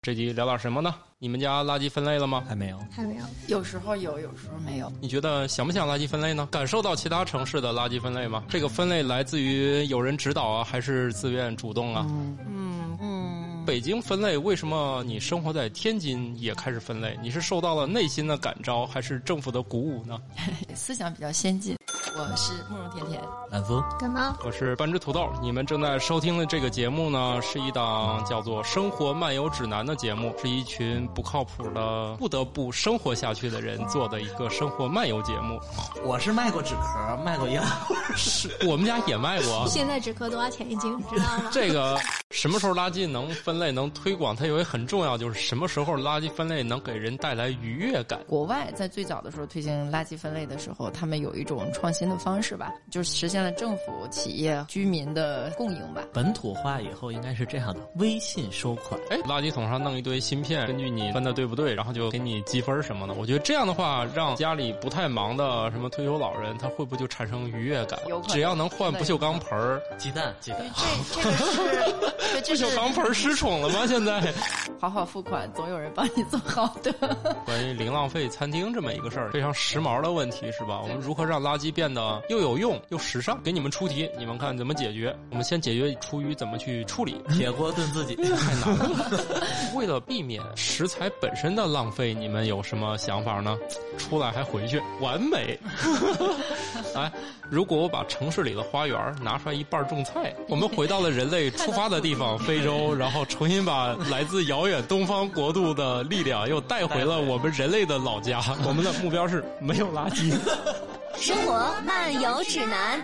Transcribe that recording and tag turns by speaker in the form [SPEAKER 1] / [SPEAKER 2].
[SPEAKER 1] 这集聊点什么呢？你们家垃圾分类了吗？
[SPEAKER 2] 还没有，
[SPEAKER 3] 还没有，
[SPEAKER 4] 有时候有，有时候没有。
[SPEAKER 1] 你觉得想不想垃圾分类呢？感受到其他城市的垃圾分类吗？这个分类来自于有人指导啊，还是自愿主动啊？
[SPEAKER 4] 嗯嗯，
[SPEAKER 1] 北京分类为什么你生活在天津也开始分类？你是受到了内心的感召，还是政府的鼓舞呢？
[SPEAKER 4] 思想比较先进。我是慕容甜甜，
[SPEAKER 2] 兰夫，
[SPEAKER 3] 感冒
[SPEAKER 1] 我是半只土豆，你们正在收听的这个节目呢，是一档叫做《生活漫游指南》的节目，是一群不靠谱的、不得不生活下去的人做的一个生活漫游节目。
[SPEAKER 2] 我是卖过纸壳，卖过药，
[SPEAKER 1] 是我们家也卖过，啊
[SPEAKER 3] 现在纸壳多少钱一斤，你知道吗？
[SPEAKER 1] 这个什么时候垃圾能分类、能推广，它有一个很重要，就是什么时候垃圾分类能给人带来愉悦感。
[SPEAKER 4] 国外在最早的时候推行垃圾分类的时候，他们有一种创新的方式吧，就是实现了政府、企业、居民的共赢吧。
[SPEAKER 2] 本土化以后应该是这样的：微信收款，
[SPEAKER 1] 哎，垃圾桶上弄一堆芯片，根据你分的对不对，然后就给你积分什么的。我觉得这样的话，让家里不太忙的什么退休老人，他会不会就产生愉悦感
[SPEAKER 4] 有可？能
[SPEAKER 1] 只要能换不锈钢盆儿，
[SPEAKER 2] 鸡蛋，鸡蛋，
[SPEAKER 4] 这这个是，
[SPEAKER 1] 不
[SPEAKER 4] 这
[SPEAKER 1] 锈
[SPEAKER 4] 是
[SPEAKER 1] 钢盆儿失宠了吗？现在
[SPEAKER 4] 好好付款，总有人帮你做好的。
[SPEAKER 1] 关于零浪费餐厅这么一个事儿，非常时髦的问题是吧？我们如何让垃圾变得又有用又时尚？给你们出题，你们看怎么解决？我们先解决出于怎么去处理。
[SPEAKER 2] 铁锅炖自己。
[SPEAKER 1] 太难了。为了避免食材本身的浪费，你们有什么想法呢？出来还回去，完美。 哎，如果我把城市里的花园拿出来一半种菜，我们回到了人类出发的地方——非洲，然后重新把来自遥远东方国度的力量又带回了我们人类的 老家。我们的目标是没有垃圾。
[SPEAKER 5] 生活漫游指南，